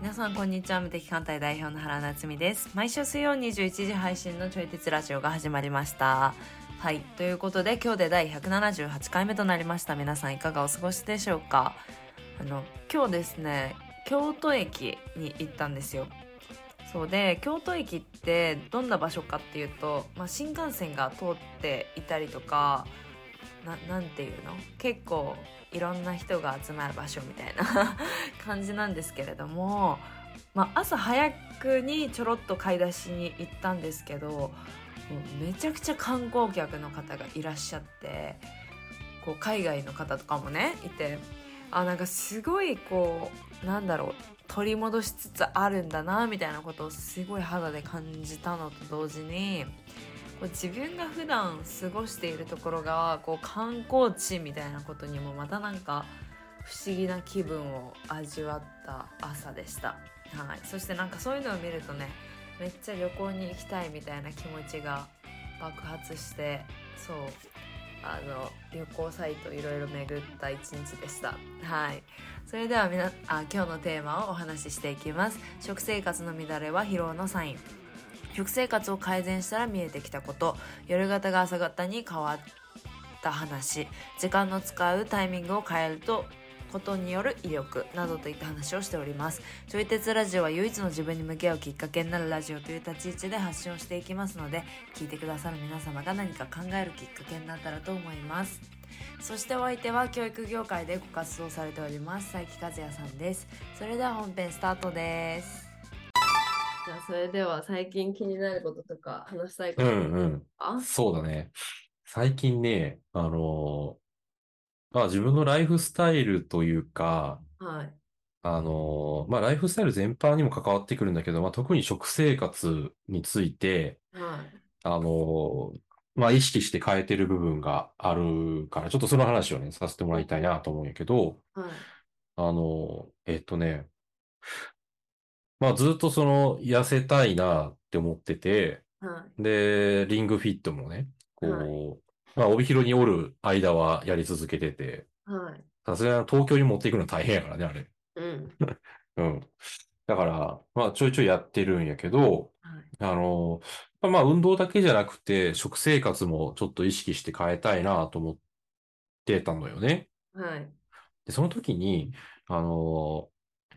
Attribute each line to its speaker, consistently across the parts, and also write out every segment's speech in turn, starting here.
Speaker 1: 皆さんこんにちは無敵艦隊代表の原夏実です毎週水曜21時配信のちょい鉄ラジオが始まりましたはいということで今日で第178回目となりました皆さんいかがお過ごしでしょうかあの今日ですね京都駅に行ったんですよそうで京都駅ってどんな場所かっていうと、まあ、新幹線が通っていたりとかななんていうの結構いろんな人が集まる場所みたいな 感じなんですけれども、まあ、朝早くにちょろっと買い出しに行ったんですけどもうめちゃくちゃ観光客の方がいらっしゃってこう海外の方とかもねいてあなんかすごいこうなんだろう取り戻しつつあるんだなみたいなことをすごい肌で感じたのと同時にこう自分が普段過ごしているところがこう観光地みたいなことにもまたなんか不思議な気分を味わった朝でした、はい、そしてなんかそういうのを見るとねめっちゃ旅行に行きたいみたいな気持ちが爆発してそうあの旅行サイトいろいろ巡った一日でしたはいそれではみなあ今日のテーマをお話ししていきます食生活の乱れは疲労のサイン食生活を改善したら見えてきたこと夜型が朝型に変わった話時間の使うタイミングを変えるとことによる威力などといった話をしておりますちょい鉄ラジオは唯一の自分に向き合うきっかけになるラジオという立ち位置で発信をしていきますので聞いてくださる皆様が何か考えるきっかけになったらと思いますそしてお相手は教育業界でご活動されております佐伯和也さんですそれでは本編スタートですじゃあそれでは最近気になることとか話したいこ
Speaker 2: う
Speaker 1: とと
Speaker 2: んうん。
Speaker 1: か、
Speaker 2: そうだね。最近ね、あのーまあ自分のライフスタイルというか、
Speaker 1: はい。
Speaker 2: あのーまあライフスタイル全般にも関わってくるんだけど、まあ特に食生活について、
Speaker 1: はい。
Speaker 2: あのーまあ意識して変えてる部分があるから、ちょっとその話をね、させてもらいたいなと思うんやけど、
Speaker 1: はい。
Speaker 2: あのーえっとね、まあずっとその痩せたいなって思ってて、
Speaker 1: はい。
Speaker 2: で、リングフィットもね、
Speaker 1: は
Speaker 2: こう、まあ、帯広におる間はやり続けてて、
Speaker 1: はい。
Speaker 2: さすがに東京に持っていくの大変やからね、あれ。
Speaker 1: うん。
Speaker 2: うん。だから、まあ、ちょいちょいやってるんやけど、
Speaker 1: はい。
Speaker 2: あの、まあ、まあ運動だけじゃなくて、食生活もちょっと意識して変えたいなと思ってたのよね。
Speaker 1: はい。
Speaker 2: で、その時に、あの、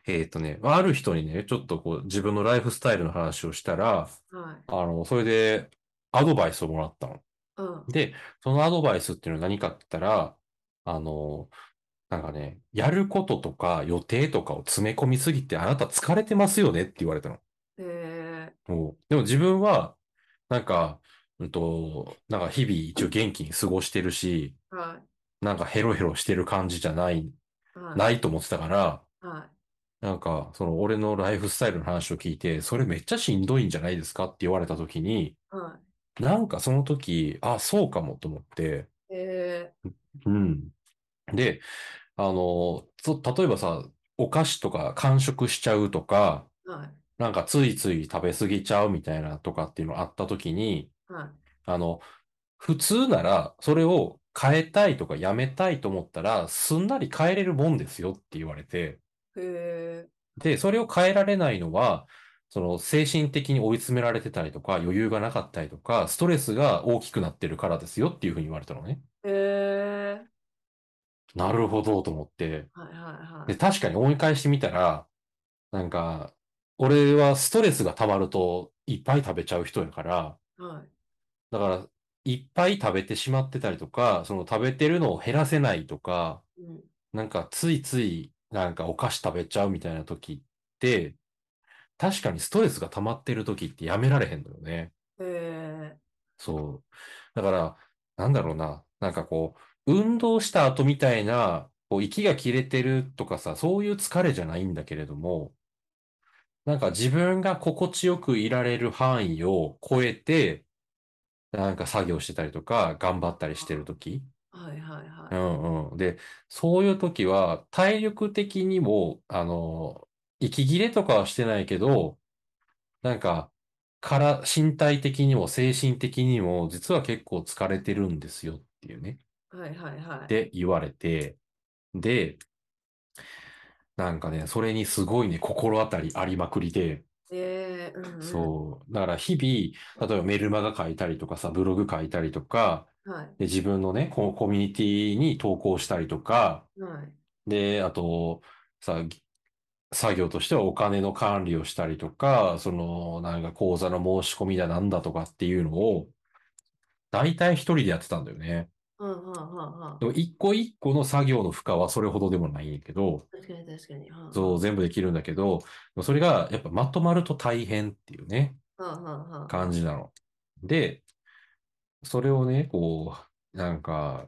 Speaker 2: えっとね、まあある人にね、ちょっとこう、自分のライフスタイルの話をしたら、
Speaker 1: はい。
Speaker 2: あの、それで、アドバイスをもらったの。
Speaker 1: うん。
Speaker 2: で、そのアドバイスっていうのは何かって言ったら、あの、なんかね、やることとか予定とかを詰め込みすぎてあなた疲れてますよねって言われたの。
Speaker 1: え
Speaker 2: もうでも自分は、なんか、うんと、なんか日々一応元気に過ごしてるし、
Speaker 1: ー、は
Speaker 2: なんかヘロヘロしてる感じじゃない、
Speaker 1: い。はい。
Speaker 2: ないと思ってたから、
Speaker 1: は
Speaker 2: なんか、その俺のライフスタイルの話を聞いて、それめっちゃしんどいんじゃないですかって言われた時に、
Speaker 1: い。は
Speaker 2: なんかその時、あ、そうかもと思って、
Speaker 1: い。え
Speaker 2: うん。で、あの、そ例えばさ、お菓子とか完食しちゃうとか、
Speaker 1: ー、はい。
Speaker 2: なんかついつい食べ過ぎちゃうみたいなとかっていうのあった時に、
Speaker 1: はい。
Speaker 2: あの、普通ならそれを変えたいとかやめたいと思ったら、すんなり変えれるもんですよって言われて、
Speaker 1: え
Speaker 2: で、それを変えられないのは、その精神的に追い詰められてたりとか、余裕がなかったりとか、ストレスが大きくなってるからですよっていうふうに言われたのね。
Speaker 1: ー、え
Speaker 2: なるほどと思って、
Speaker 1: ー、はい。は
Speaker 2: で、
Speaker 1: い。
Speaker 2: 確かに思い返してみたら、なんか、俺はストレスが溜まるといっぱい食べちゃう人やから、
Speaker 1: はい。はい。
Speaker 2: だから、いっぱい食べてしまってたりとか、その食べてるのを減らせないとか、
Speaker 1: うん。
Speaker 2: なんかついついなんかお菓子食べちゃうみたいな時って、確かにストレスが溜まってる時ってやめられへんのよね。
Speaker 1: え
Speaker 2: そう。だから、なんだろうな。なんかこう、運動した後みたいな、こう、息が切れてるとかさ、そういう疲れじゃないんだけれども、なんか自分が心地よくいられる範囲を超えて、なんか作業してたりとか、頑張ったりしてる時。
Speaker 1: ー、はい。はい。
Speaker 2: う
Speaker 1: は
Speaker 2: んうん。で、そういう時は、体力的にも、あの、息切れとかはしてないけど、なんか、から、身体的にも精神的にも、実は結構疲れてるんですよっていうね。
Speaker 3: はいはいは
Speaker 2: っ
Speaker 3: い。
Speaker 2: て言われて、で、なんかね、それにすごいね、心当たりありまくりで、
Speaker 3: で、うんうん、
Speaker 2: そう。だから日々、例えばメルマガ書いたりとかさ、ブログ書いたりとか、
Speaker 3: はい
Speaker 2: で自分のね、こうコミュニティに投稿したりとか、
Speaker 3: はい
Speaker 2: で、あと、さ、作業としてはお金の管理をしたりとか、その、なんか講座の申し込みだなんだとかっていうのを、大体一人でやってたんだよね。
Speaker 3: うんうんうんうん
Speaker 2: でも一個一個の作業の負荷はそれほどでもないんやけど、
Speaker 3: 確かに確かに。うん
Speaker 2: そう、全部できるんだけど、でもそれがやっぱまとまると大変っていうね、
Speaker 3: うんうんうん
Speaker 2: 感じなの。で、それをね、こう、なんか、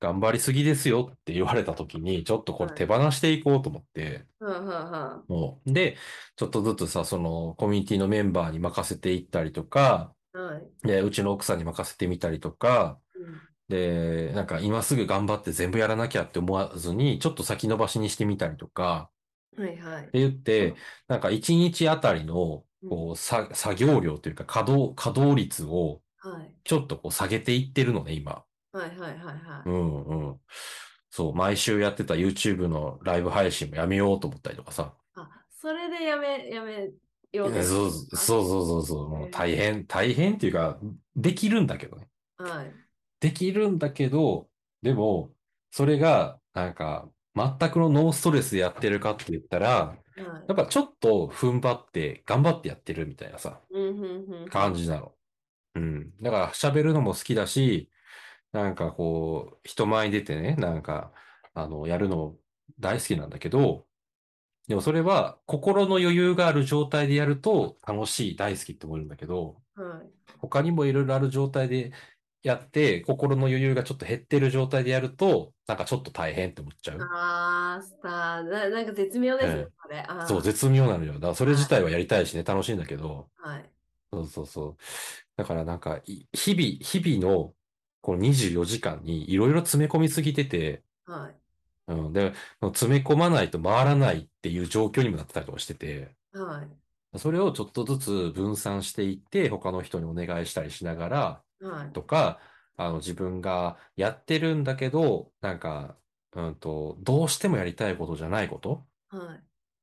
Speaker 2: 頑張りすぎですよって言われた時に、ちょっとこれ手放していこうと思って、
Speaker 3: うんうんうん
Speaker 2: もう、で、ちょっとずつさ、そのコミュニティのメンバーに任せていったりとか、
Speaker 3: はい。
Speaker 2: で、うちの奥さんに任せてみたりとか、
Speaker 3: うん
Speaker 2: で、なんか今すぐ頑張って全部やらなきゃって思わずに、ちょっと先延ばしにしてみたりとか、
Speaker 3: はいはい
Speaker 2: って。言って、なんか1日あたりの、
Speaker 3: うん
Speaker 2: こう、さ作業量というか稼働、稼働率を
Speaker 3: はい
Speaker 2: ちょっとこう下げていってるのね、今。
Speaker 3: はいはいはいは
Speaker 2: う
Speaker 3: い。
Speaker 2: んうん。そう、毎週やってた YouTube のライブ配信もやめようと思ったりとかさ。
Speaker 3: あ、それでやめ、やめよう
Speaker 2: い
Speaker 3: と
Speaker 2: やそうそうそうそうそう、もう大変、大変っていうか、できるんだけどね。
Speaker 3: はい。
Speaker 2: できるんだけど、でも、それが、なんか、全くのノーストレスでやってるかって言ったら、
Speaker 3: はい
Speaker 2: やっぱちょっと踏ん張って、頑張ってやってるみたいなさ、
Speaker 3: うんうんうん。
Speaker 2: 感じなの。うん。だから喋るのも好きだし、なんかこう、人前に出てね、なんか、あの、やるの大好きなんだけど、でもそれは心の余裕がある状態でやると楽しい、大好きって思えるんだけど、
Speaker 3: はい。
Speaker 2: 他にもいろいろある状態でやって、心の余裕がちょっと減ってる状態でやると、なんかちょっと大変って思っちゃう。
Speaker 3: あー、スター、な、なんか絶妙です
Speaker 2: う
Speaker 3: ね
Speaker 2: ん、
Speaker 3: これ。あー
Speaker 2: そう、絶妙なのよ。だからそれ自体はやりたいしね、楽しいんだけど、
Speaker 3: はい。
Speaker 2: そうそうそう。だからなんか、い日々、日々のこの24時間にいろいろ詰め込みすぎてて、
Speaker 3: はい。
Speaker 2: うん、で、詰め込まないと回らないっていう状況にもなってたりとかしてて、
Speaker 3: は
Speaker 2: それをちょっとずつ分散していって、他の人にお願いしたりしながら、
Speaker 3: い。はい。
Speaker 2: とか、あの自分がやってるんだけど、なんか、うんと、どうしてもやりたいことじゃないこと
Speaker 3: は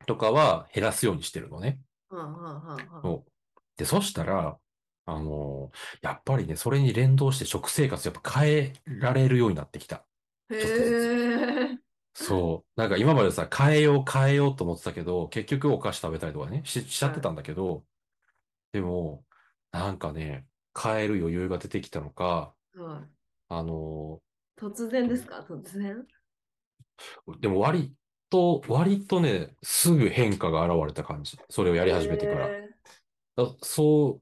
Speaker 3: い。
Speaker 2: とかは減らすようにしてるのね。
Speaker 3: はんはんはんはん。
Speaker 2: そうで、そしたら、あの、やっぱりね、それに連動して食生活やっぱ変えられるようになってきた。
Speaker 3: へ
Speaker 2: ちょっと
Speaker 3: ー。
Speaker 2: そう。なんか今までさ、変えよう変えようと思ってたけど、結局お菓子食べたりとかね、し、しちゃってたんだけど、でも、なんかね、変える余裕が出てきたのか、
Speaker 3: はい。
Speaker 2: あの、
Speaker 3: 突然ですか突然
Speaker 2: でも割と、割とね、すぐ変化が現れた感じ。それをやり始めてから。
Speaker 3: へ
Speaker 2: だそ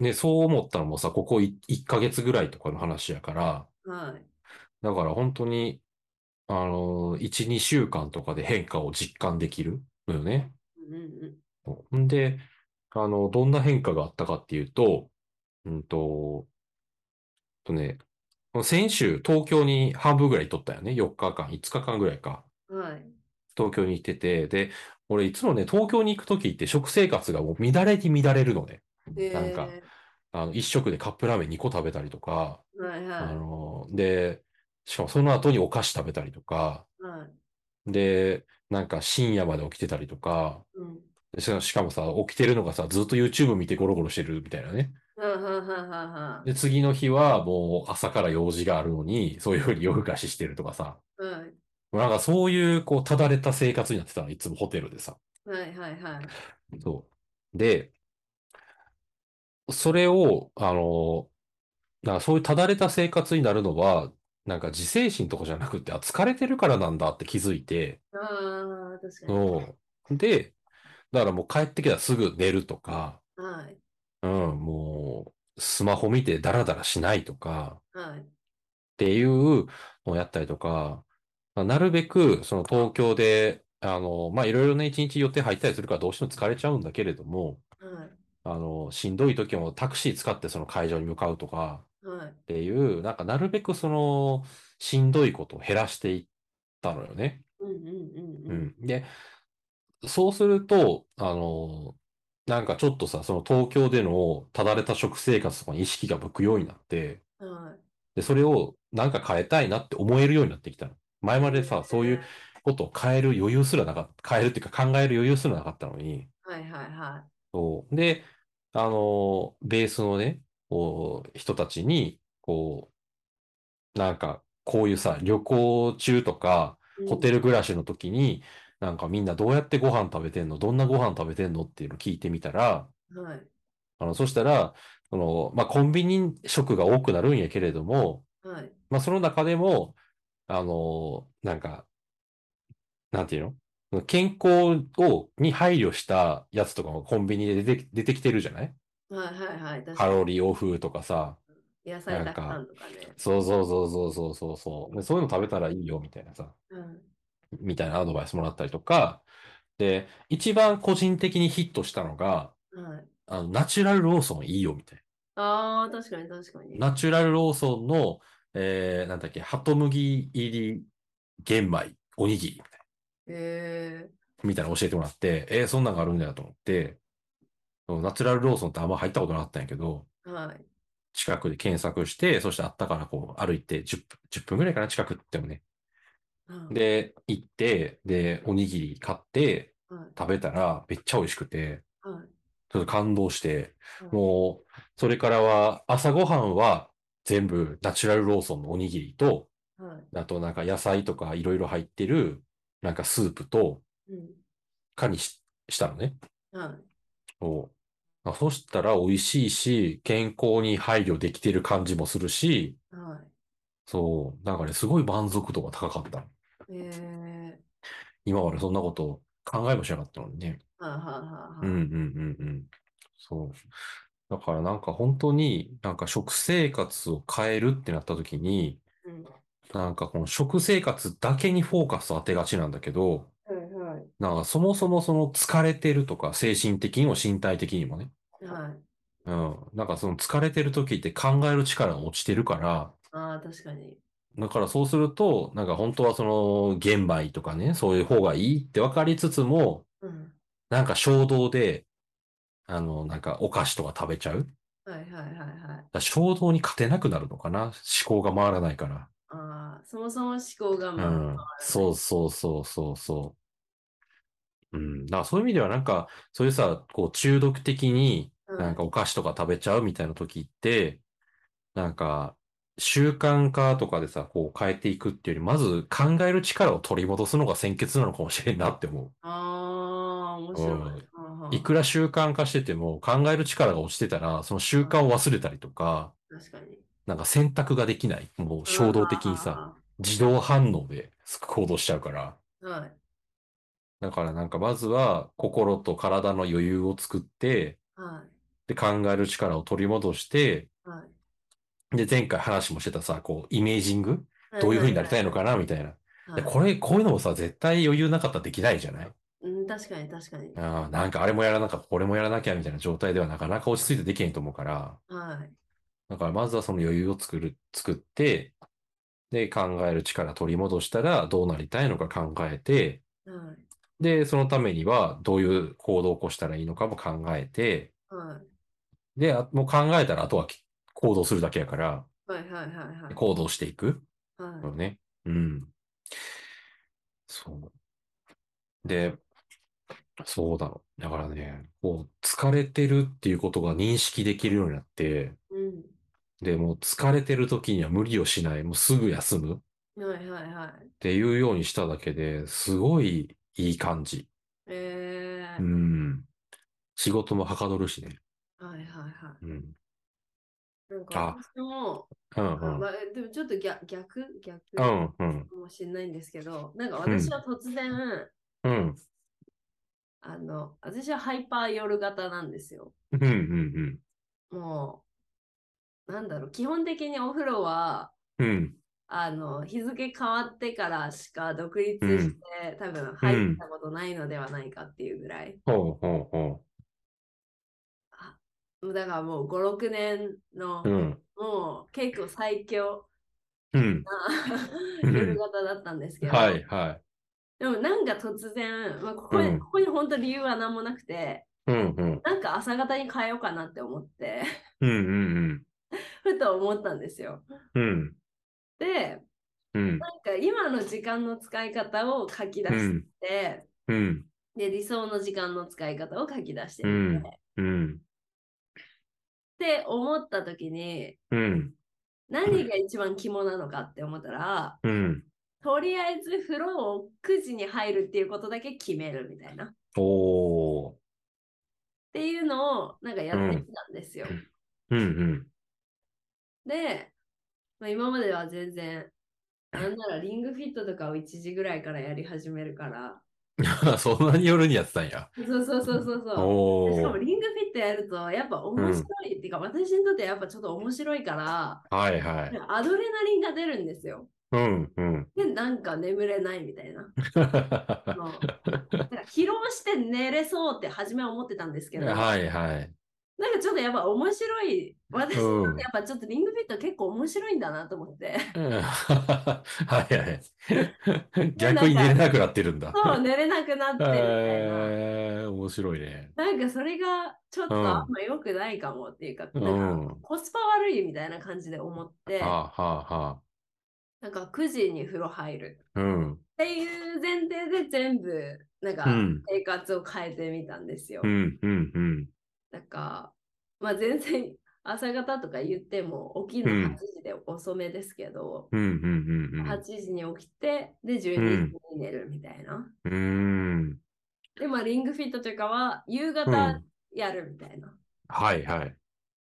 Speaker 2: う、ね、そう思ったのもさ、ここい1ヶ月ぐらいとかの話やから、
Speaker 3: ーはい。
Speaker 2: だから本当に、あの、1、2週間とかで変化を実感できるのよね。
Speaker 3: うんうん
Speaker 2: んで、あの、どんな変化があったかっていうと、うんと、とね、先週東京に半分ぐらい行っとったよね。4日間、5日間ぐらいか。
Speaker 3: うん。はい。
Speaker 2: 東京に行ってて、で、俺いつもね、東京に行くときって食生活がもう乱れに乱れるのね。なんか、
Speaker 3: へ
Speaker 2: あの、一食でカップラーメン2個食べたりとか、
Speaker 3: ーはい
Speaker 2: あ
Speaker 3: は
Speaker 2: の、で、しかもその後にお菓子食べたりとか、
Speaker 3: い。はい。
Speaker 2: で、なんか深夜まで起きてたりとか、
Speaker 3: うん。
Speaker 2: でしかしかもさ、起きてるのがさ、ずっと YouTube 見てゴロゴロしてるみたいなね。
Speaker 3: はんはんはんはんはん
Speaker 2: で、次の日はもう朝から用事があるのに、そういうふうに夜更かししてるとかさ、
Speaker 3: はい。
Speaker 2: もうなんかそういう、こう、ただれた生活になってたの、いつもホテルでさ。
Speaker 3: はいはいはい。
Speaker 2: そう。で、それを、あの、なんかそういうただれた生活になるのは、なんか自制心とかじゃなくて、あ、疲れてるからなんだって気づいて、
Speaker 3: ああ、確かに。
Speaker 2: そう。で、だからもう帰ってきたらすぐ寝るとか、
Speaker 3: はい。
Speaker 2: うん、もう、スマホ見てダラダラしないとか、
Speaker 3: はい。
Speaker 2: っていうのをやったりとか、まあなるべく、その東京で、あの、まあ、いろいろね、一日予定入ったりするからどうしても疲れちゃうんだけれども、
Speaker 3: は
Speaker 2: あの、しんどい時もタクシー使ってその会場に向かうとか
Speaker 3: い。はい。
Speaker 2: っていう、なんかなるべくその、しんどいことを減らしていったのよね。
Speaker 3: うんうんうん
Speaker 2: う
Speaker 3: うん。
Speaker 2: ん。で、そうすると、あの、なんかちょっとさ、その東京でのただれた食生活とかに意識が向くようになって、
Speaker 1: はい。
Speaker 2: で、それをなんか変えたいなって思えるようになってきたの。前までさ、そういう。ことを変える余裕すらなかった、変えるっていうか考える余裕すらなかったのに、
Speaker 1: はいはいは
Speaker 2: そう。で、あの、ベースのね、こう、人たちに、こう、なんか、こういうさ、旅行中とか、
Speaker 1: い。
Speaker 2: ホテル暮らしの時に、なんかみんなどうやってご飯食べてんのどんなご飯食べてんのっていうの聞いてみたら、
Speaker 1: ル。はい。
Speaker 2: あの、そしたら、その、まあ、コンビニ食が多くなるんやけれども、
Speaker 1: はい。
Speaker 2: まあ、その中でも、あの、なんか、なんていうの健康を、に配慮したやつとかもコンビニで出て出てきてるじゃない
Speaker 1: はいはいはい。確
Speaker 2: カ
Speaker 1: か
Speaker 2: ロリーオフとかさ、
Speaker 1: に。野菜た
Speaker 2: なん
Speaker 1: く
Speaker 2: か
Speaker 1: さんとかね。
Speaker 2: そうそうそうそうそうそうそう、でそういうの食べたらいいよみたいなさ、
Speaker 1: うん。
Speaker 2: みたいなアドバイスもらったりとか、で、一番個人的にヒットしたのが、
Speaker 1: はい。
Speaker 2: あの、ナチュラルローソンいいよみたい
Speaker 1: ああ、確かに確かに。
Speaker 2: な。ナチュラルローソンの、えー、なんだっけ、ハトムギ入り玄米、おにぎりみたいな。
Speaker 1: え
Speaker 2: みたいなの教えてもらって、えーそんなんがあるんだよと思って、そのナチュラルローソンってあんま入ったことなかったんやけど、
Speaker 1: えはい。
Speaker 2: 近くで検索して、そしてあったからこう歩いて10分、10分ぐらいかな、近くってもね。
Speaker 1: うん、
Speaker 2: で、行って、で、おにぎり買って
Speaker 1: はい
Speaker 2: 食べたらめっちゃ美味しくて、
Speaker 1: はい。
Speaker 2: ちょっと感動して、
Speaker 1: はい
Speaker 2: もう、それからは朝ごはんは全部ナチュラルローソンのおにぎりと、
Speaker 1: はい。
Speaker 2: あとなんか野菜とかいろいろ入ってる、なんかスープと、
Speaker 1: うん。
Speaker 2: かにししたのね。
Speaker 1: はい。
Speaker 2: そう。あそしたら美味しいし、健康に配慮できてる感じもするし、
Speaker 1: はい。
Speaker 2: そう。なんかね、すごい満足度が高かった。
Speaker 1: ええ
Speaker 2: 今までそんなこと考えもしなかったのにね。
Speaker 1: はいはいはいは
Speaker 2: うんう
Speaker 1: い。
Speaker 2: んうんうん。そう。だからなんか本当になんか食生活を変えるってなった時に、
Speaker 1: うん。
Speaker 2: なんかこの食生活だけにフォーカスを当てがちなんだけど、
Speaker 1: はいはい。
Speaker 2: なんかそもそもその疲れてるとか精神的にも身体的にもね。
Speaker 1: はい。
Speaker 2: うん。なんかその疲れてる時って考える力が落ちてるから、
Speaker 1: ああ、確かに。
Speaker 2: だからそうすると、なんか本当はその玄米とかね、そういう方がいいって分かりつつも、
Speaker 1: うん。
Speaker 2: なんか衝動で、あの、なんかお菓子とか食べちゃう。だか
Speaker 1: はいはいはいはい。
Speaker 2: ら衝動に勝てなくなるのかな思考が回らないから。
Speaker 1: ああ、そもそも思考が
Speaker 2: う
Speaker 1: まあ、
Speaker 2: ん。そうそうそうそうそう。うん。だからそういう意味ではなんか、そういうさ、こう中毒的に、
Speaker 1: うん
Speaker 2: なんかお菓子とか食べちゃうみたいな時って、なんか、習慣化とかでさ、こう変えていくっていうより、まず考える力を取り戻すのが先決なのかもしれんなって思
Speaker 1: ああ、面白い。は
Speaker 2: う。いくら習慣化してても、考える力が落ちてたら、その習慣を忘れたりとか、
Speaker 1: 確かに。
Speaker 2: なんか選択ができない。もう衝動的にさ、自動反応で行動しちゃうから。
Speaker 1: あー。はい。
Speaker 2: だからなんかまずは心と体の余裕を作って、
Speaker 1: は
Speaker 2: で考える力を取り戻して、
Speaker 1: い。はい。
Speaker 2: で、前回話もしてたさ、こう、イメージングどういう風になりたいのかなみたいな。
Speaker 1: は
Speaker 2: で
Speaker 1: い
Speaker 2: これ、こういうのもさ、絶対余裕なかったらできないじゃない
Speaker 1: うん、確かに確かに。
Speaker 2: あーなんかあれもやらなきゃ、これもやらなきゃみたいな状態ではなかなか落ち着いてできへんと思うから、
Speaker 1: はい。
Speaker 2: だからまずはその余裕を作る、作って、で、考える力取り戻したらどうなりたいのか考えて、
Speaker 1: はい。
Speaker 2: で、そのためにはどういう行動を起こしたらいいのかも考えて、
Speaker 1: はい。
Speaker 2: で、あもう考えたらあとは行動するだけやから、
Speaker 1: はいはいはいはい。
Speaker 2: 行動していく。
Speaker 1: はい
Speaker 2: そうね。うん。そう。で、そうだろう。だからね、こう、疲れてるっていうことが認識できるようになって、
Speaker 1: うん。
Speaker 2: で、もう疲れてる時には無理をしない、もうすぐ休むっ
Speaker 1: はいはいはい。
Speaker 2: ていうようにしただけですごいいい感じ。
Speaker 1: ええ
Speaker 2: うん。仕事もはかどるしね。
Speaker 1: はいはいは
Speaker 2: うん。
Speaker 1: い。なんか私も、
Speaker 2: うん
Speaker 1: あ
Speaker 2: うん。
Speaker 1: まあでもちょっと逆逆逆
Speaker 2: うんうん。
Speaker 1: かもしれないんですけど、なんか
Speaker 2: うん
Speaker 1: 私は突然、
Speaker 2: うん。
Speaker 1: あの、私はハイパー夜型なんですよ。
Speaker 2: うんうん
Speaker 1: もう、なんだろう、基本的にお風呂は、
Speaker 2: うん。うん。
Speaker 1: あの日付変わってからしか独立して、多分入ったことないのではないかっていうぐらい、
Speaker 2: ほうほうほ
Speaker 1: だからもう56年の、
Speaker 2: う。うん。
Speaker 1: もう結構最強
Speaker 2: うん。
Speaker 1: な
Speaker 2: うん
Speaker 1: 夜型だったんですけど、
Speaker 2: はいはい。
Speaker 1: でもなんか突然、まあ、ここに、
Speaker 2: うん
Speaker 1: ここに本当理由は何もなくて
Speaker 2: うんうん。
Speaker 1: なんか朝方に変えようかなって思って、
Speaker 2: うんうん
Speaker 1: ふと思ったんですよ。
Speaker 2: うん。うん
Speaker 1: で、
Speaker 2: うん
Speaker 1: なんか今の時間の使い方を書き出
Speaker 2: う
Speaker 1: し
Speaker 2: ん
Speaker 1: て、
Speaker 2: うん
Speaker 1: で、理想の時間の使い方を書き出して
Speaker 2: う
Speaker 1: みて、
Speaker 2: ん
Speaker 1: っ
Speaker 2: うん
Speaker 1: て思った時に、
Speaker 2: うん
Speaker 1: 何が一番肝なのかって思ったら、
Speaker 2: うん。
Speaker 1: とりあえず風呂を9時に入るっていうことだけ決めるみたいな。っ
Speaker 2: おー。
Speaker 1: ていうのをなんかやってみたんですよ。
Speaker 2: うんうん
Speaker 1: で、まあ、今までは全然、なんならリングフィットとかを1時ぐらいからやり始めるから、。
Speaker 2: そんなに夜にやってたんや。
Speaker 1: そうそうそうそうそう。
Speaker 2: お
Speaker 1: でしかも
Speaker 2: ー。
Speaker 1: リングフィットやるとやっぱ面白い、っていうか私にとってやっぱちょっと面白いから
Speaker 2: はいはい。
Speaker 1: アドレナリンが出るんですよ。
Speaker 2: うんうん。
Speaker 1: でなんか眠れないみたいな。 そうだから疲労して寝れそうって初めは思ってたんですけど、
Speaker 2: はいはい。
Speaker 1: なんかちょっとやっぱ面白い私に
Speaker 2: う
Speaker 1: とっ
Speaker 2: ん
Speaker 1: てやっぱちょっとリングフィット結構面白いんだなと思 って。
Speaker 2: うんはいはい。逆に寝れなくなってるんだ。
Speaker 1: そう、寝れなくなってみたいな。
Speaker 2: えー、面白いね。
Speaker 1: なんかそれがちょっと
Speaker 2: うん
Speaker 1: あんま良くないかもっていうか、
Speaker 2: うん
Speaker 1: なんかコスパ悪いみたいな感じで思って、
Speaker 2: はあはあは
Speaker 1: なんか9時に風呂入る
Speaker 2: あ。うん。
Speaker 1: っていう前提で全部、なんか
Speaker 2: うん。
Speaker 1: 生活を変えてみたんですよ。
Speaker 2: うん。うん。うん。
Speaker 1: なんか、まあ全然 朝方とか言っても起きる
Speaker 2: う
Speaker 1: の
Speaker 2: ん
Speaker 1: 8時で遅めですけど、
Speaker 2: うん。うん。うん。
Speaker 1: 8時に起きて、で12時に寝るみたいな。
Speaker 2: うん。
Speaker 1: で、まあリングフィットとかは夕
Speaker 2: う
Speaker 1: 方
Speaker 2: ん。
Speaker 1: やるみたいな。
Speaker 2: はいはい。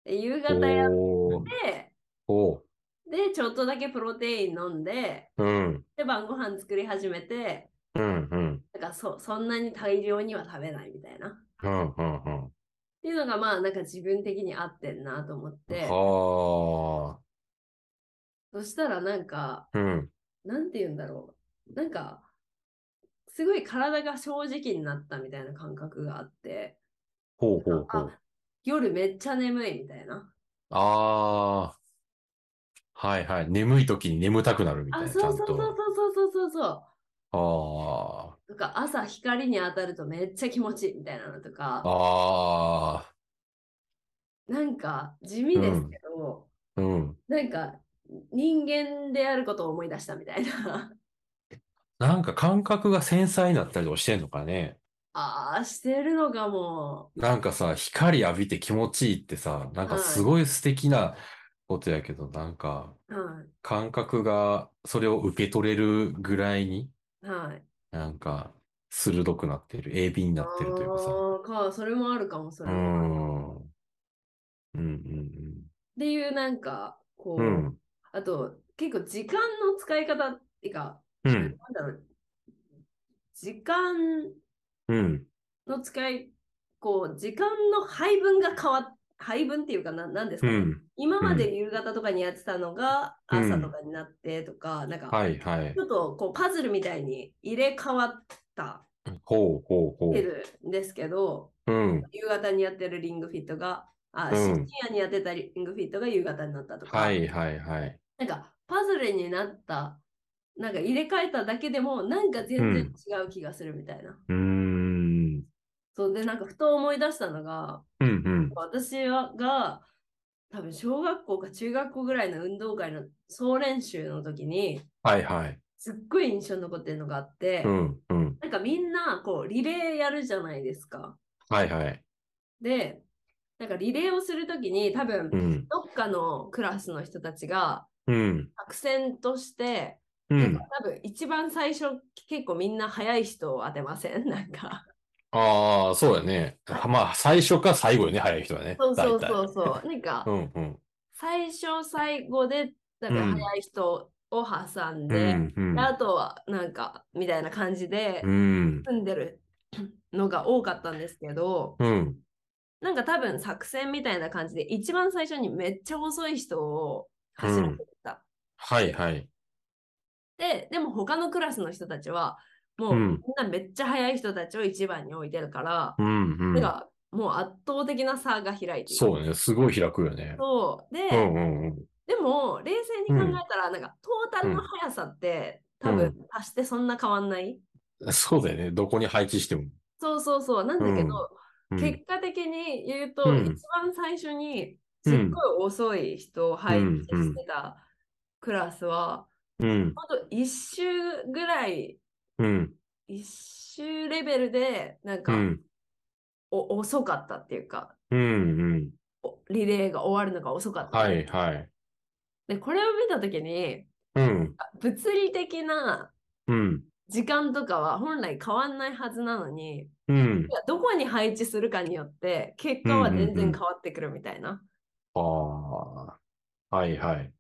Speaker 1: で夕方やっ
Speaker 2: おー。
Speaker 1: て、
Speaker 2: おー。
Speaker 1: で、ちょっとだけプロテイン飲んで、
Speaker 2: うん。
Speaker 1: で、晩ご飯作り始めて、
Speaker 2: うん。うん。
Speaker 1: なんかそそんなに大量には食べないみたいな。っ
Speaker 2: うん。うん。うん。
Speaker 1: ていうのがまあなんか自分的に合ってんなと思って、
Speaker 2: は
Speaker 1: そしたらなんか、
Speaker 2: あ。うん。
Speaker 1: なんて言うんだろう。なんか、すごい体が正直になったみたいな感覚があって、
Speaker 2: ほうほうほう。
Speaker 1: 夜めっちゃ眠いみたいな。
Speaker 2: ああ。はいはい。眠い時に眠たくなるみたい
Speaker 1: あ、
Speaker 2: な、ち
Speaker 1: そ
Speaker 2: ゃ
Speaker 1: うそ
Speaker 2: ん
Speaker 1: うそうそう
Speaker 2: と。
Speaker 1: そうそうそう。
Speaker 2: あ
Speaker 1: とか朝光に当たるとめっちゃ気持ちいいみたいなのと
Speaker 2: あ。
Speaker 1: か、
Speaker 2: ああ。
Speaker 1: なんか地味ですけど、
Speaker 2: うん。
Speaker 1: なんか人間であることを思い出したみたいな。
Speaker 2: なんか感覚が繊細になったりとかしてんのかね。
Speaker 1: ああ、してるのかも。
Speaker 2: なんかさ、光浴びて気持ちいいってさ、なんか
Speaker 1: はい
Speaker 2: すごい素敵なことやけど、なんか
Speaker 1: は
Speaker 2: 感覚がそれを受け取れるぐらいに、
Speaker 1: い。はい。
Speaker 2: なんか鋭くなってる、鋭敏になってるというかさ。
Speaker 1: ああ、か、それもあるかも、そう
Speaker 2: ー
Speaker 1: れも。っ
Speaker 2: ん。うん
Speaker 1: ていう、なんか、こ
Speaker 2: うんう
Speaker 1: う、
Speaker 2: ん。うん。
Speaker 1: あと、結構時間の使い方っていうか、
Speaker 2: う
Speaker 1: なん
Speaker 2: ん。
Speaker 1: だろう。時間
Speaker 2: うん。
Speaker 1: の使い、こう、時間の配分が変わっ、配分っていうかな、なんですか
Speaker 2: う
Speaker 1: ね。
Speaker 2: ん。
Speaker 1: 今まで夕方とかにやってたのが、
Speaker 2: うん
Speaker 1: 朝とかになってとか、なんか、
Speaker 2: はいはい
Speaker 1: ち。ょっとこうパズルみたいに入れ替わった
Speaker 2: ほうほうほ
Speaker 1: って
Speaker 2: う。
Speaker 1: るんですけど、
Speaker 2: うん。
Speaker 1: 夕方にやってるリングフィットが、あ、
Speaker 2: う
Speaker 1: 深
Speaker 2: ん
Speaker 1: 夜にやってたリングフィットが夕方になったとか、
Speaker 2: はいはいはい。
Speaker 1: なんかパズルになった、なんか入れ替えただけでも、なんか全然違う気がするみたいな。
Speaker 2: うーん。
Speaker 1: そうで、なんかふと思い出したのが、
Speaker 2: うんうん。
Speaker 1: 私はが、多分小学校か中学校ぐらいの運動会の総練習の時に、
Speaker 2: はいはい。
Speaker 1: すっごい印象に残ってるのがあって、
Speaker 2: うんうん。
Speaker 1: なんかみんなこうリレーやるじゃないですか。
Speaker 2: はいはい。
Speaker 1: で、なんかリレーをするときに多分
Speaker 2: うん。
Speaker 1: どっかのクラスの人たちが
Speaker 2: うん。
Speaker 1: 作戦として、
Speaker 2: う
Speaker 1: なん
Speaker 2: ん
Speaker 1: か。多分一番最初結構みんな早い人を当てません なんか。
Speaker 2: ああ、そうだね。はまあ、最初か最後よね、早い人はね。
Speaker 1: そうそう
Speaker 2: 大体
Speaker 1: そう そう。なんか
Speaker 2: うんうん。
Speaker 1: 最初最後でなんか
Speaker 2: うん
Speaker 1: 早い人を挟ん
Speaker 2: う
Speaker 1: で、
Speaker 2: んうん
Speaker 1: であとはなんかみたいな感じで
Speaker 2: うん。
Speaker 1: 組んでる のが多かったんですけど、
Speaker 2: うん。
Speaker 1: なんか多分作戦みたいな感じで一番最初にめっちゃ遅い人を走らせてた。
Speaker 2: はいはい。
Speaker 1: で、でも他のクラスの人たちは、もう
Speaker 2: う
Speaker 1: み
Speaker 2: ん
Speaker 1: んなめっちゃ速い人たちを一番に置いてるから、
Speaker 2: うんう
Speaker 1: なん
Speaker 2: ん。
Speaker 1: かもう圧倒的な差が開いている
Speaker 2: そうだね。すごい開くよね。
Speaker 1: そうで、
Speaker 2: うんうんうん。
Speaker 1: でも冷静に考えたら、なんかトータルの速さって、
Speaker 2: うん
Speaker 1: 多
Speaker 2: う
Speaker 1: 分足してそんな変わんない。
Speaker 2: そうだよね。どこに配置しても。
Speaker 1: そうそうそう。なんだけど、
Speaker 2: うん
Speaker 1: 結果的に言うと、
Speaker 2: う
Speaker 1: 一
Speaker 2: ん
Speaker 1: 番最初に
Speaker 2: う
Speaker 1: す
Speaker 2: ん
Speaker 1: っごい遅い人を配置してたクラスは、
Speaker 2: うん、
Speaker 1: ほんと1週ぐらい、
Speaker 2: うん、
Speaker 1: 1週レベルで、なん
Speaker 2: う
Speaker 1: か、
Speaker 2: ん、
Speaker 1: お遅かったっていうか、
Speaker 2: うん、うん。
Speaker 1: おリレーが終わるのが遅かった。
Speaker 2: はい、はい。
Speaker 1: で、これを見たときに、
Speaker 2: うん、
Speaker 1: 物理的な
Speaker 2: うん、
Speaker 1: 時間とかは本来変わんないはずなのに、
Speaker 2: うん。
Speaker 1: いやどこに配置するかによって、結果は全然変わってくるみたいな。
Speaker 2: ああ、はい、はい。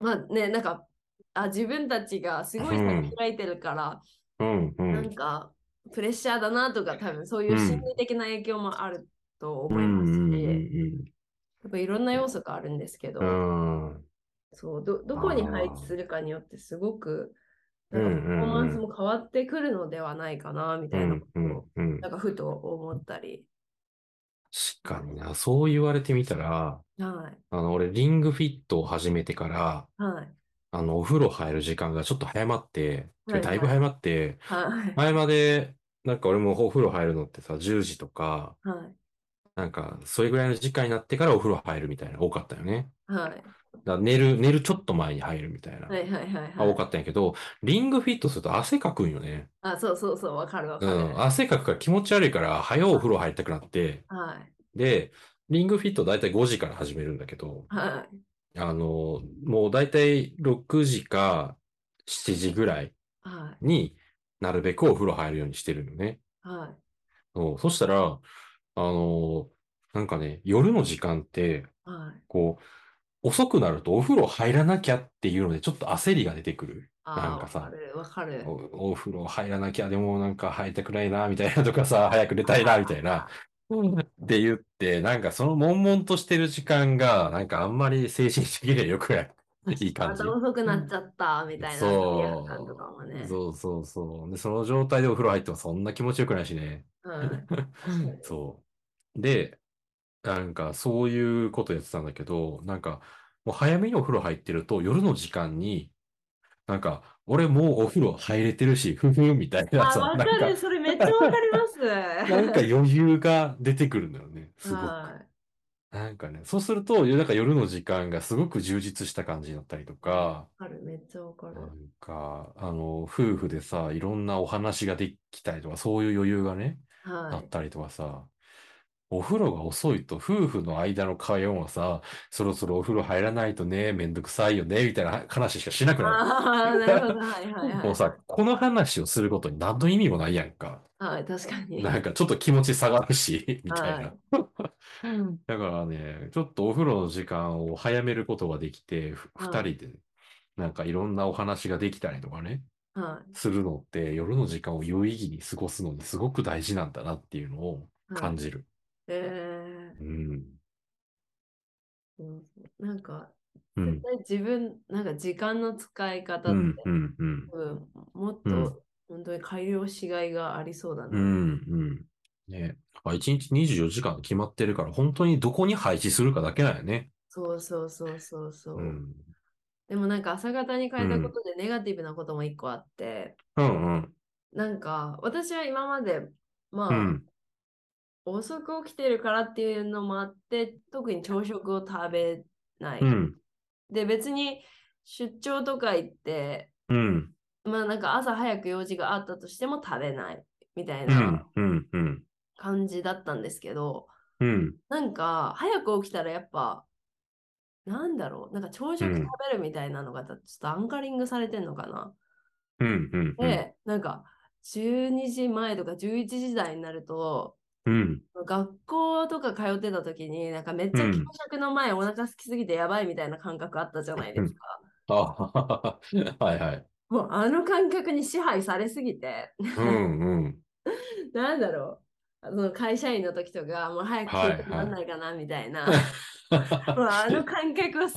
Speaker 1: まあね、なんか、あ自分たちがすごい差
Speaker 2: うん
Speaker 1: を開いてるから、
Speaker 2: うん、う
Speaker 1: なん
Speaker 2: ん、
Speaker 1: か、プレッシャーだなとか、多分そういう心理的な影響もあると
Speaker 2: う
Speaker 1: 思い
Speaker 2: ん、
Speaker 1: ますし、
Speaker 2: うん、
Speaker 1: やっぱいろんな要素があるんですけど、
Speaker 2: うん、うん。
Speaker 1: そうどどこに配置するかによってすごく、
Speaker 2: う
Speaker 1: なんんかパフォーマ
Speaker 2: うんうん
Speaker 1: ンスも変わってくるのではないかな、み
Speaker 2: う
Speaker 1: たいなこと
Speaker 2: ん、う
Speaker 1: を、
Speaker 2: ん、うん。
Speaker 1: なんかふと思ったり。
Speaker 2: 確かにな。そう言われてみたら、
Speaker 1: はい。
Speaker 2: あの、俺、リングフィットを始めてから、
Speaker 1: はい。
Speaker 2: あの、お風呂入る時間がちょっと早まって、
Speaker 1: はい
Speaker 2: だいぶ早まって、
Speaker 1: はい。
Speaker 2: 前まで、なんか俺もお風呂入るのってさ、10時とか、
Speaker 1: はい。
Speaker 2: なんか、それぐらいの時間になってからお風呂入るみたいな、多かったよね。
Speaker 1: はい。
Speaker 2: だから寝る、寝るちょっと前に入るみたいな、
Speaker 1: はい。はい。はい。
Speaker 2: あ、多かったんやけど、リングフィットすると汗かくんよね。
Speaker 1: あ、そうそうそう、わかるわ
Speaker 2: う
Speaker 1: かる。
Speaker 2: ん、汗かくから気持ち悪いから、早うお風呂入りたくなって、
Speaker 1: はい。
Speaker 2: で、リングフィットだいたい5時から始めるんだけど、
Speaker 1: は
Speaker 2: あの、もうだいたい6時か7時ぐらい
Speaker 1: い。はい。
Speaker 2: になるべくお風呂入るようにしてるのね。
Speaker 1: はい。
Speaker 2: そうそしたら、あの、なんかね、夜の時間って、
Speaker 1: はい。
Speaker 2: こう、遅くなるとお風呂入らなきゃっていうので、ちょっと焦りが出てくる。
Speaker 1: あ
Speaker 2: な
Speaker 1: ー
Speaker 2: んかさ
Speaker 1: わかる、わかる。
Speaker 2: お、お風呂入らなきゃ、でもなんか入りたくないな、みたいなとかさ、早く寝たいな、みたいな。って言って、なんかその悶々としてる時間が、なんかあんまり精神的には良くない、いい感
Speaker 1: ま
Speaker 2: じ
Speaker 1: た。遅くなっちゃった、みたいな、
Speaker 2: そう
Speaker 1: 罪悪感とかもね。
Speaker 2: そうそうそう。で、その状態でお風呂入ってもそんな気持ちよくないしね。
Speaker 1: うん。
Speaker 2: そう。で、なんかそういうことやってたんだけど、なんかもう早めにお風呂入ってると夜の時間に、なんか俺もうお風呂入れてるし、ふふんみた いな
Speaker 1: あ、
Speaker 2: さ、
Speaker 1: わ
Speaker 2: な
Speaker 1: か
Speaker 2: んか
Speaker 1: る、それめっちゃわかります。
Speaker 2: なんか余裕が出てくるんだ よね、すごく。
Speaker 1: はい
Speaker 2: なんかね、そうすると、なんか夜の時間がすごく充実した感じになったりとか、
Speaker 1: わかる、めっちゃわかる
Speaker 2: な。んか、あの、夫婦でさ、いろんなお話ができたりとか、そういう余裕がね、あ
Speaker 1: は
Speaker 2: っ
Speaker 1: い。
Speaker 2: たりとかさ、お風呂が遅いと夫婦の間の会話もさ、そろそろお風呂入らないとね、めんどくさいよね、みたいな話しかしなくな
Speaker 1: ああ、なるほど、はいはい
Speaker 2: る。
Speaker 1: は
Speaker 2: もう
Speaker 1: い。
Speaker 2: さ、この話をすることに何の意味もないやんか。
Speaker 1: はい、確かに。
Speaker 2: なんかちょっと気持ち下がるし、 みたい
Speaker 1: は。
Speaker 2: ないだからね、ちょっとお風呂の時間を早めることができて、ふ二
Speaker 1: はい
Speaker 2: 人で、なんかいろんなお話ができたりとかね、
Speaker 1: は
Speaker 2: するのって、夜の時間を有意義に過ごすのにすごく大事なんだなっていうのを
Speaker 1: い。
Speaker 2: 感
Speaker 1: じ。
Speaker 2: じる。
Speaker 1: え
Speaker 2: うん。
Speaker 1: ーそうそうなんか、
Speaker 2: うん
Speaker 1: 絶。対自分、なんか時間の使い方
Speaker 2: う
Speaker 1: って
Speaker 2: ん、うん、うん。
Speaker 1: 多分もっ
Speaker 2: うん
Speaker 1: と本当に改良しがいがありそうだ
Speaker 2: う
Speaker 1: な。
Speaker 2: ん、うん。ね。あ、1日24時間決まってるから、本当にどこに配置するかだけだよね。
Speaker 1: そうそうそうそうそうう。
Speaker 2: ん。
Speaker 1: でもなんか朝方に変えたことでネガティブなことも一個あって、
Speaker 2: うん、うん。
Speaker 1: なんか私は今までま
Speaker 2: う
Speaker 1: あ
Speaker 2: ん、
Speaker 1: 遅く起きてるからっていうのもあって、特に朝食を食べない。
Speaker 2: うん、
Speaker 1: で別に出張とか行って、
Speaker 2: うん、
Speaker 1: まあなんか朝早く用事があったとしても食べないみたい
Speaker 2: うん、
Speaker 1: な
Speaker 2: うん、うん、
Speaker 1: 感じだったんですけど、
Speaker 2: うん、
Speaker 1: なんか、早く起きたらやっぱ、なんだろう、なんか朝食
Speaker 2: うん
Speaker 1: 食べるみたいなのが、ちょっとアンカリングされてんのかな。
Speaker 2: うん、うん、うん、
Speaker 1: で、なんか、12時前とか11時台になると、
Speaker 2: うん。
Speaker 1: 学校とか通ってた時に、なんかめっちゃ
Speaker 2: うん
Speaker 1: 朝食の前お腹空きすぎてやばいみたいな感覚あったじゃないですか。
Speaker 2: あ、はいはい。
Speaker 1: もうあの感覚に支配されすぎて、
Speaker 2: うんうん。
Speaker 1: なんだろう、その会社員の時とか、もう早く
Speaker 2: はい
Speaker 1: 食いなんないかなみたい な、もうあ
Speaker 2: あ
Speaker 1: の感覚をすごい思い出して、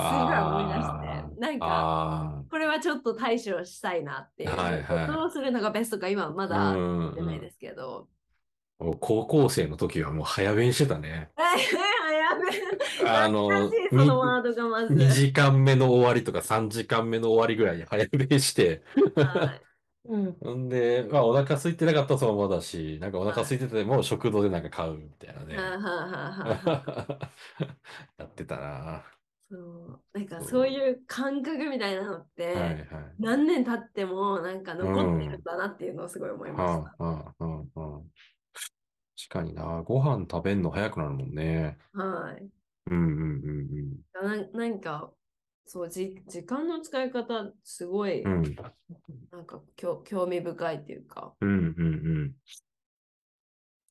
Speaker 1: なんか、
Speaker 2: あ
Speaker 1: これはちょっと対処したいなっていう。
Speaker 2: はいはい
Speaker 1: どうするのがベストか今はま
Speaker 2: ー、う
Speaker 1: だ
Speaker 2: ん
Speaker 1: じゃないですけど。
Speaker 2: うん。高校生の時はもう早弁してたね。
Speaker 1: えーやべえ
Speaker 2: あの、
Speaker 1: 懐かしいそのワードがまず。
Speaker 2: 2時間目の終わりとか3時間目の終わりぐらいに早弁して、
Speaker 1: はい
Speaker 3: うん。
Speaker 2: んで、まあお腹空いてなかったらそのままだし、なんかお腹空いてても食堂でなんか買うみたいなね。
Speaker 1: はあはあはあはあ
Speaker 2: やってたな。は
Speaker 1: そうなんかそういう感覚みたいなのっ
Speaker 2: い
Speaker 1: て、
Speaker 2: はい。
Speaker 1: 何年経ってもなんか残ってるんだなっていうのをすごい思いまし
Speaker 2: はあ、はあ、はあ、はあ。確かにな。ご飯食べんの早くなるもんね。
Speaker 1: た。はい。
Speaker 2: うんうんうん
Speaker 1: なんなんかそうじ時間の使い方すごい
Speaker 2: うん。うん。
Speaker 1: なんか興興味深いっていうか。
Speaker 2: うんうんうん。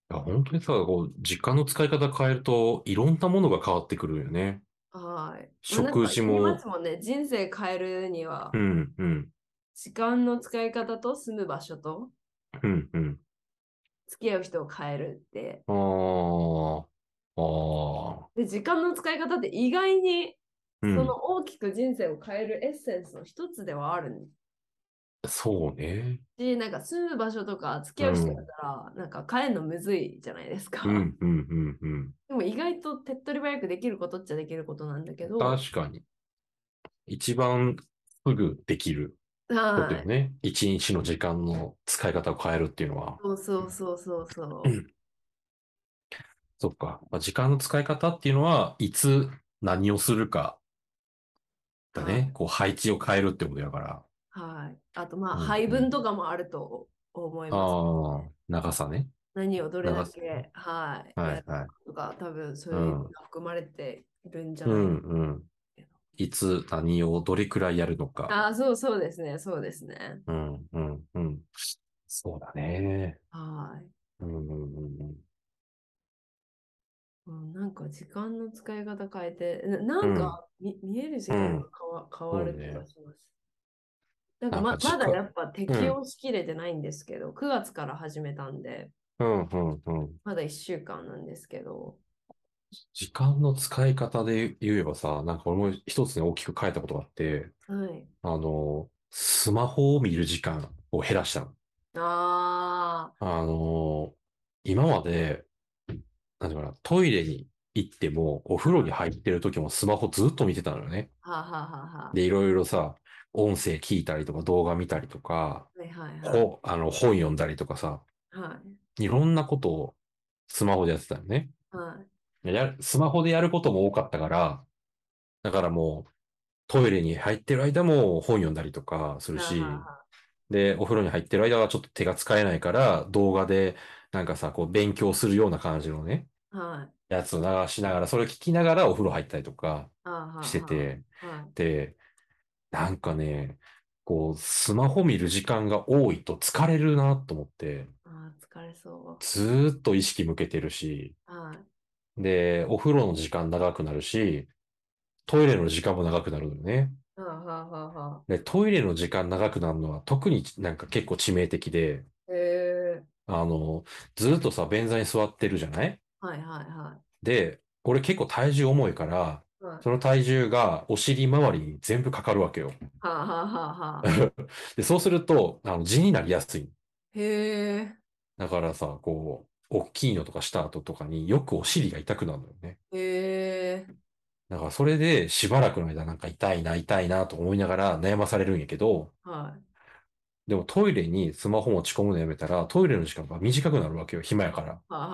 Speaker 2: いや、本当にさ、こう、時間の使い方変えると、いろんなものが変わってくるよね。
Speaker 1: はい。
Speaker 2: 食事も
Speaker 1: なんか言いますもんね。人生変えるには
Speaker 2: う、んうん。
Speaker 1: 時間の使い方と住む場所と、
Speaker 2: うんうん。
Speaker 1: 付き合う人を変えるって。
Speaker 2: ああ。ああ。
Speaker 1: で、時間の使い方って意外に、そ
Speaker 2: うん
Speaker 1: の。大きく人生を変えるエッセンスの一つではある
Speaker 2: そうね。
Speaker 1: し、なんか住む場所とか付き合う人だったら、なんか変えるのむずいじゃないですか。
Speaker 2: うんうんうんうん。
Speaker 1: でも意外と手っ取り早くできることっちゃできることなんだけど、は
Speaker 2: 確かに。一番すぐできることよ
Speaker 1: い。
Speaker 2: ね。一日の時間の使い方を変えるっていうのは。
Speaker 1: そうそうそうそうそう
Speaker 2: う。んそっか。まあ、時間の使い方っていうのは、いつ何をするかだ
Speaker 1: はい
Speaker 2: ね。こう配置を変えるってことやから。
Speaker 1: はい。あと、まあ、
Speaker 2: うんうん
Speaker 1: 配分とかもあると思います。
Speaker 2: ああ、長さね。
Speaker 1: 何をどれだ
Speaker 2: 流す
Speaker 1: け、はい、
Speaker 2: は
Speaker 1: や
Speaker 2: い
Speaker 1: る
Speaker 2: はい。
Speaker 1: とか、多分そういうのが含まれているんじゃ
Speaker 2: う
Speaker 1: ない、
Speaker 2: んうん。いつ何をどれくらいやるのか。
Speaker 1: ああ、そうそうですね、そうですね。
Speaker 2: うんうんうん。そうだね。
Speaker 1: はい。
Speaker 2: うんうんうんうん。
Speaker 1: うんなんか時間の使い方変えて、ななんか見,、見える時間が変わ変わる気がします。なんかま
Speaker 2: なんか時間
Speaker 1: まだやっぱ適用しきれてないんですけど、9月から始めたんで、
Speaker 2: うんうんうん。
Speaker 1: まだ1週間なんですけど、
Speaker 2: 時間の使い方で言えばさ、なんか俺も一つね、大きく変えたことがあって、
Speaker 1: はい。
Speaker 2: あの、スマホを見る時間を減らしたの。
Speaker 1: あ
Speaker 2: あの、今まで、なんていうかな、トイレに行っても、お風呂に入ってる時もスマホずっと見てたのよね。
Speaker 1: あ、はあ、はあはあはあ。
Speaker 2: で、いろいろさ、音声聞いたりとか、動画見たりとか、
Speaker 1: はいはいはい。
Speaker 2: ほ、あの、本読んだりとかさ、
Speaker 1: はい
Speaker 2: ろんなことをスマホでやってたよね。
Speaker 1: い。はい。
Speaker 2: や、スマホでやることも多かったから、だからもう、トイレに入ってる間も本読んだりとかするし
Speaker 1: は、あはあはあ
Speaker 2: で、お風呂に入ってる間はちょっと手が使えないから、動画で、なんかさ、こう、勉強するような感じのね、
Speaker 1: はい。
Speaker 2: やつを流しながら、それを聞きながらお風呂入ったりとか
Speaker 1: ああはあ
Speaker 2: してて、
Speaker 1: は
Speaker 2: で、なんかね、こう、スマホ見る時間が多いと疲れるなと思って、
Speaker 1: あ、ああ疲れそ
Speaker 2: ずーっと意識向けてるし、
Speaker 1: う。はい。
Speaker 2: で、お風呂の時間長くなるし、トイレの時間も長くなるのよね。
Speaker 1: はあはあはあはあ。
Speaker 2: で、トイレの時間長くなるのは特になんか結構致命的で、
Speaker 1: へえ。
Speaker 2: あの、ずっとさ、便座に座ってるじゃない
Speaker 1: はいはいは
Speaker 2: で、俺結構体重重いから、
Speaker 1: い。はい。
Speaker 2: その体重がお尻周りに全部かかるわけよ。
Speaker 1: はあはあはあは あ。
Speaker 2: で、そうすると、あの、痔になりやすい。
Speaker 1: へえ。
Speaker 2: だからさ、こう、大きいのとかした後とかによくお尻が痛くなるのよね。
Speaker 1: へえ。
Speaker 2: だからそれでしばらくの間なんか痛いな、痛いなと思いながら悩まされるんやけど、
Speaker 1: はい。
Speaker 2: でもトイレにスマホ持ち込むのやめたら、トイレの時間が短くなるわけよ、暇やから。
Speaker 1: はあはあ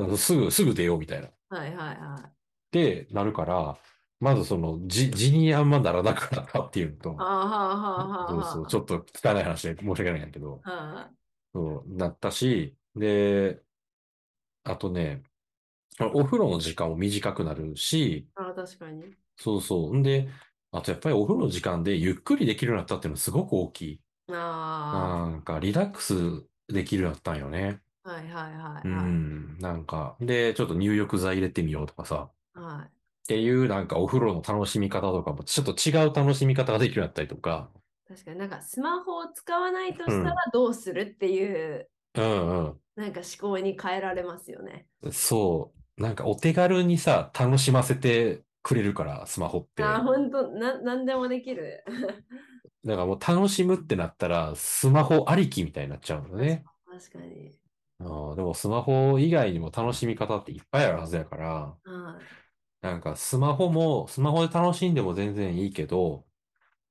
Speaker 1: はあは
Speaker 2: すぐ、すぐ出ようみたいな。っ
Speaker 1: あ。はいはいはい。
Speaker 2: てなるから、まずその、じ、地にあんまならなくなったっていうのと
Speaker 1: は、あはあはあはあ
Speaker 2: そう
Speaker 1: はあ。
Speaker 2: そう、ちょっと汚い話で申し訳ないんだけど、
Speaker 1: は
Speaker 2: そう、なったし、で、あとね、お風呂の時間も短くなるし、
Speaker 1: あ、あ確かに。
Speaker 2: そうそう。んで、あとやっぱりお風呂の時間でゆっくりできるようになったっていうのはすごく大きい。
Speaker 1: あ
Speaker 2: なんかリラックスできるようになったんよね。
Speaker 1: あ。はいはいは
Speaker 2: う
Speaker 1: いはい。
Speaker 2: ん、なんか、で、ちょっと入浴剤入れてみようとかさ、
Speaker 1: はい。
Speaker 2: っていうなんかお風呂の楽しみ方とかも、ちょっと違う楽しみ方ができるようになったりとか、
Speaker 1: 確かになんかスマホを使わないとしたらどうするっていう、
Speaker 2: うん
Speaker 1: なんか思考に変えられますよね。
Speaker 2: うん、そう、なんかお手軽にさ、楽しませてくれるから、スマホって。
Speaker 1: あ
Speaker 2: だ
Speaker 1: あ、
Speaker 2: か
Speaker 1: ほんと、ななんでもできる。
Speaker 2: らもう楽しむってなったら、スマホありきみたいになっちゃうのね。
Speaker 1: 確かに。
Speaker 2: うん、でもスマホ以外にも楽しみ方っていっぱいあるはずやから、
Speaker 1: はい。
Speaker 2: なんかスマホも、スマホで楽しんでも全然いいけど、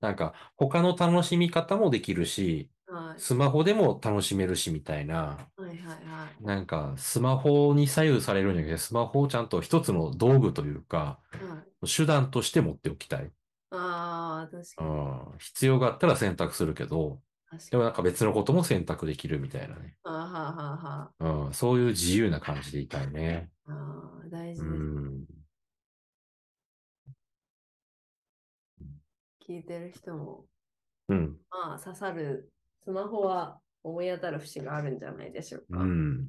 Speaker 2: なんか他の楽しみ方もできるし、
Speaker 1: はい。
Speaker 2: スマホでも楽しめるしみたいな、
Speaker 1: はいはいはい。
Speaker 2: なんかスマホに左右されるんじゃなくて、スマホをちゃんと一つの道具というか、
Speaker 1: はい、
Speaker 2: 手段として持っておきたい。
Speaker 1: ああ、確
Speaker 2: う
Speaker 1: かに。
Speaker 2: ん、必要があったら選択するけど、
Speaker 1: 確
Speaker 2: で
Speaker 1: か
Speaker 2: も
Speaker 1: に。
Speaker 2: なんか別のことも選択できるみたいなね。
Speaker 1: あーはーはーは
Speaker 2: うん、そういう自由な感じでいたいね。
Speaker 1: ーあー、大事です。
Speaker 2: うん。
Speaker 1: 聞いてる人も、
Speaker 2: うん。
Speaker 1: まあ、刺さる、スマホは思い当たる節があるんじゃないでしょうか。
Speaker 2: うん。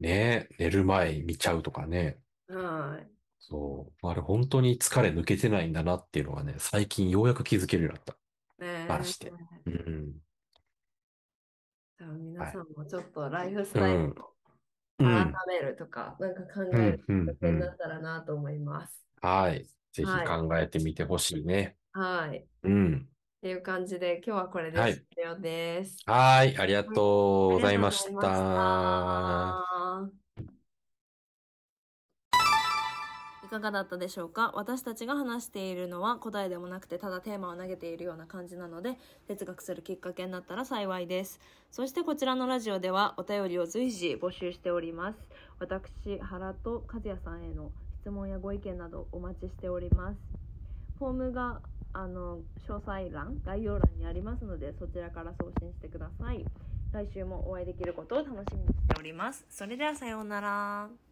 Speaker 2: ねえ寝る前見ちゃうとかね。
Speaker 1: はい。
Speaker 2: そう。あれ本当に疲れ抜けてないんだなっていうのがね、最近ようやく気づけるようになった。
Speaker 1: ねえ
Speaker 2: バラしてうん。
Speaker 1: じゃあ皆さんもちょっとライフスタイルを
Speaker 2: う
Speaker 1: 改
Speaker 2: ん。
Speaker 1: めるとか、なんか考
Speaker 2: う
Speaker 1: える
Speaker 2: ん。うん
Speaker 1: きっ。か
Speaker 2: う
Speaker 1: けに
Speaker 2: ん
Speaker 1: な。ったらなと思います。
Speaker 2: はい。ぜひ
Speaker 1: はい
Speaker 2: 考えてみてほしいね。
Speaker 1: はい。っ
Speaker 2: うん。
Speaker 1: ていう感じで、今日はこれで
Speaker 2: はい
Speaker 1: 終了です。
Speaker 2: はい。ありがとうございま
Speaker 1: あり
Speaker 2: し
Speaker 1: がとうござい
Speaker 2: た。
Speaker 1: ました。
Speaker 3: いかがだったでしょうか私たちが話しているのは答えでもなくてただテーマを投げているような感じなので哲学するきっかけになったら幸いですそしてこちらのラジオではお便りを随時募集しております私原と和也さんへの質問やご意見などお待ちしておりますフォームがあの詳細欄概要欄にありますのでそちらから送信してください来週もお会いできることを楽しみにしておりますそれではさようなら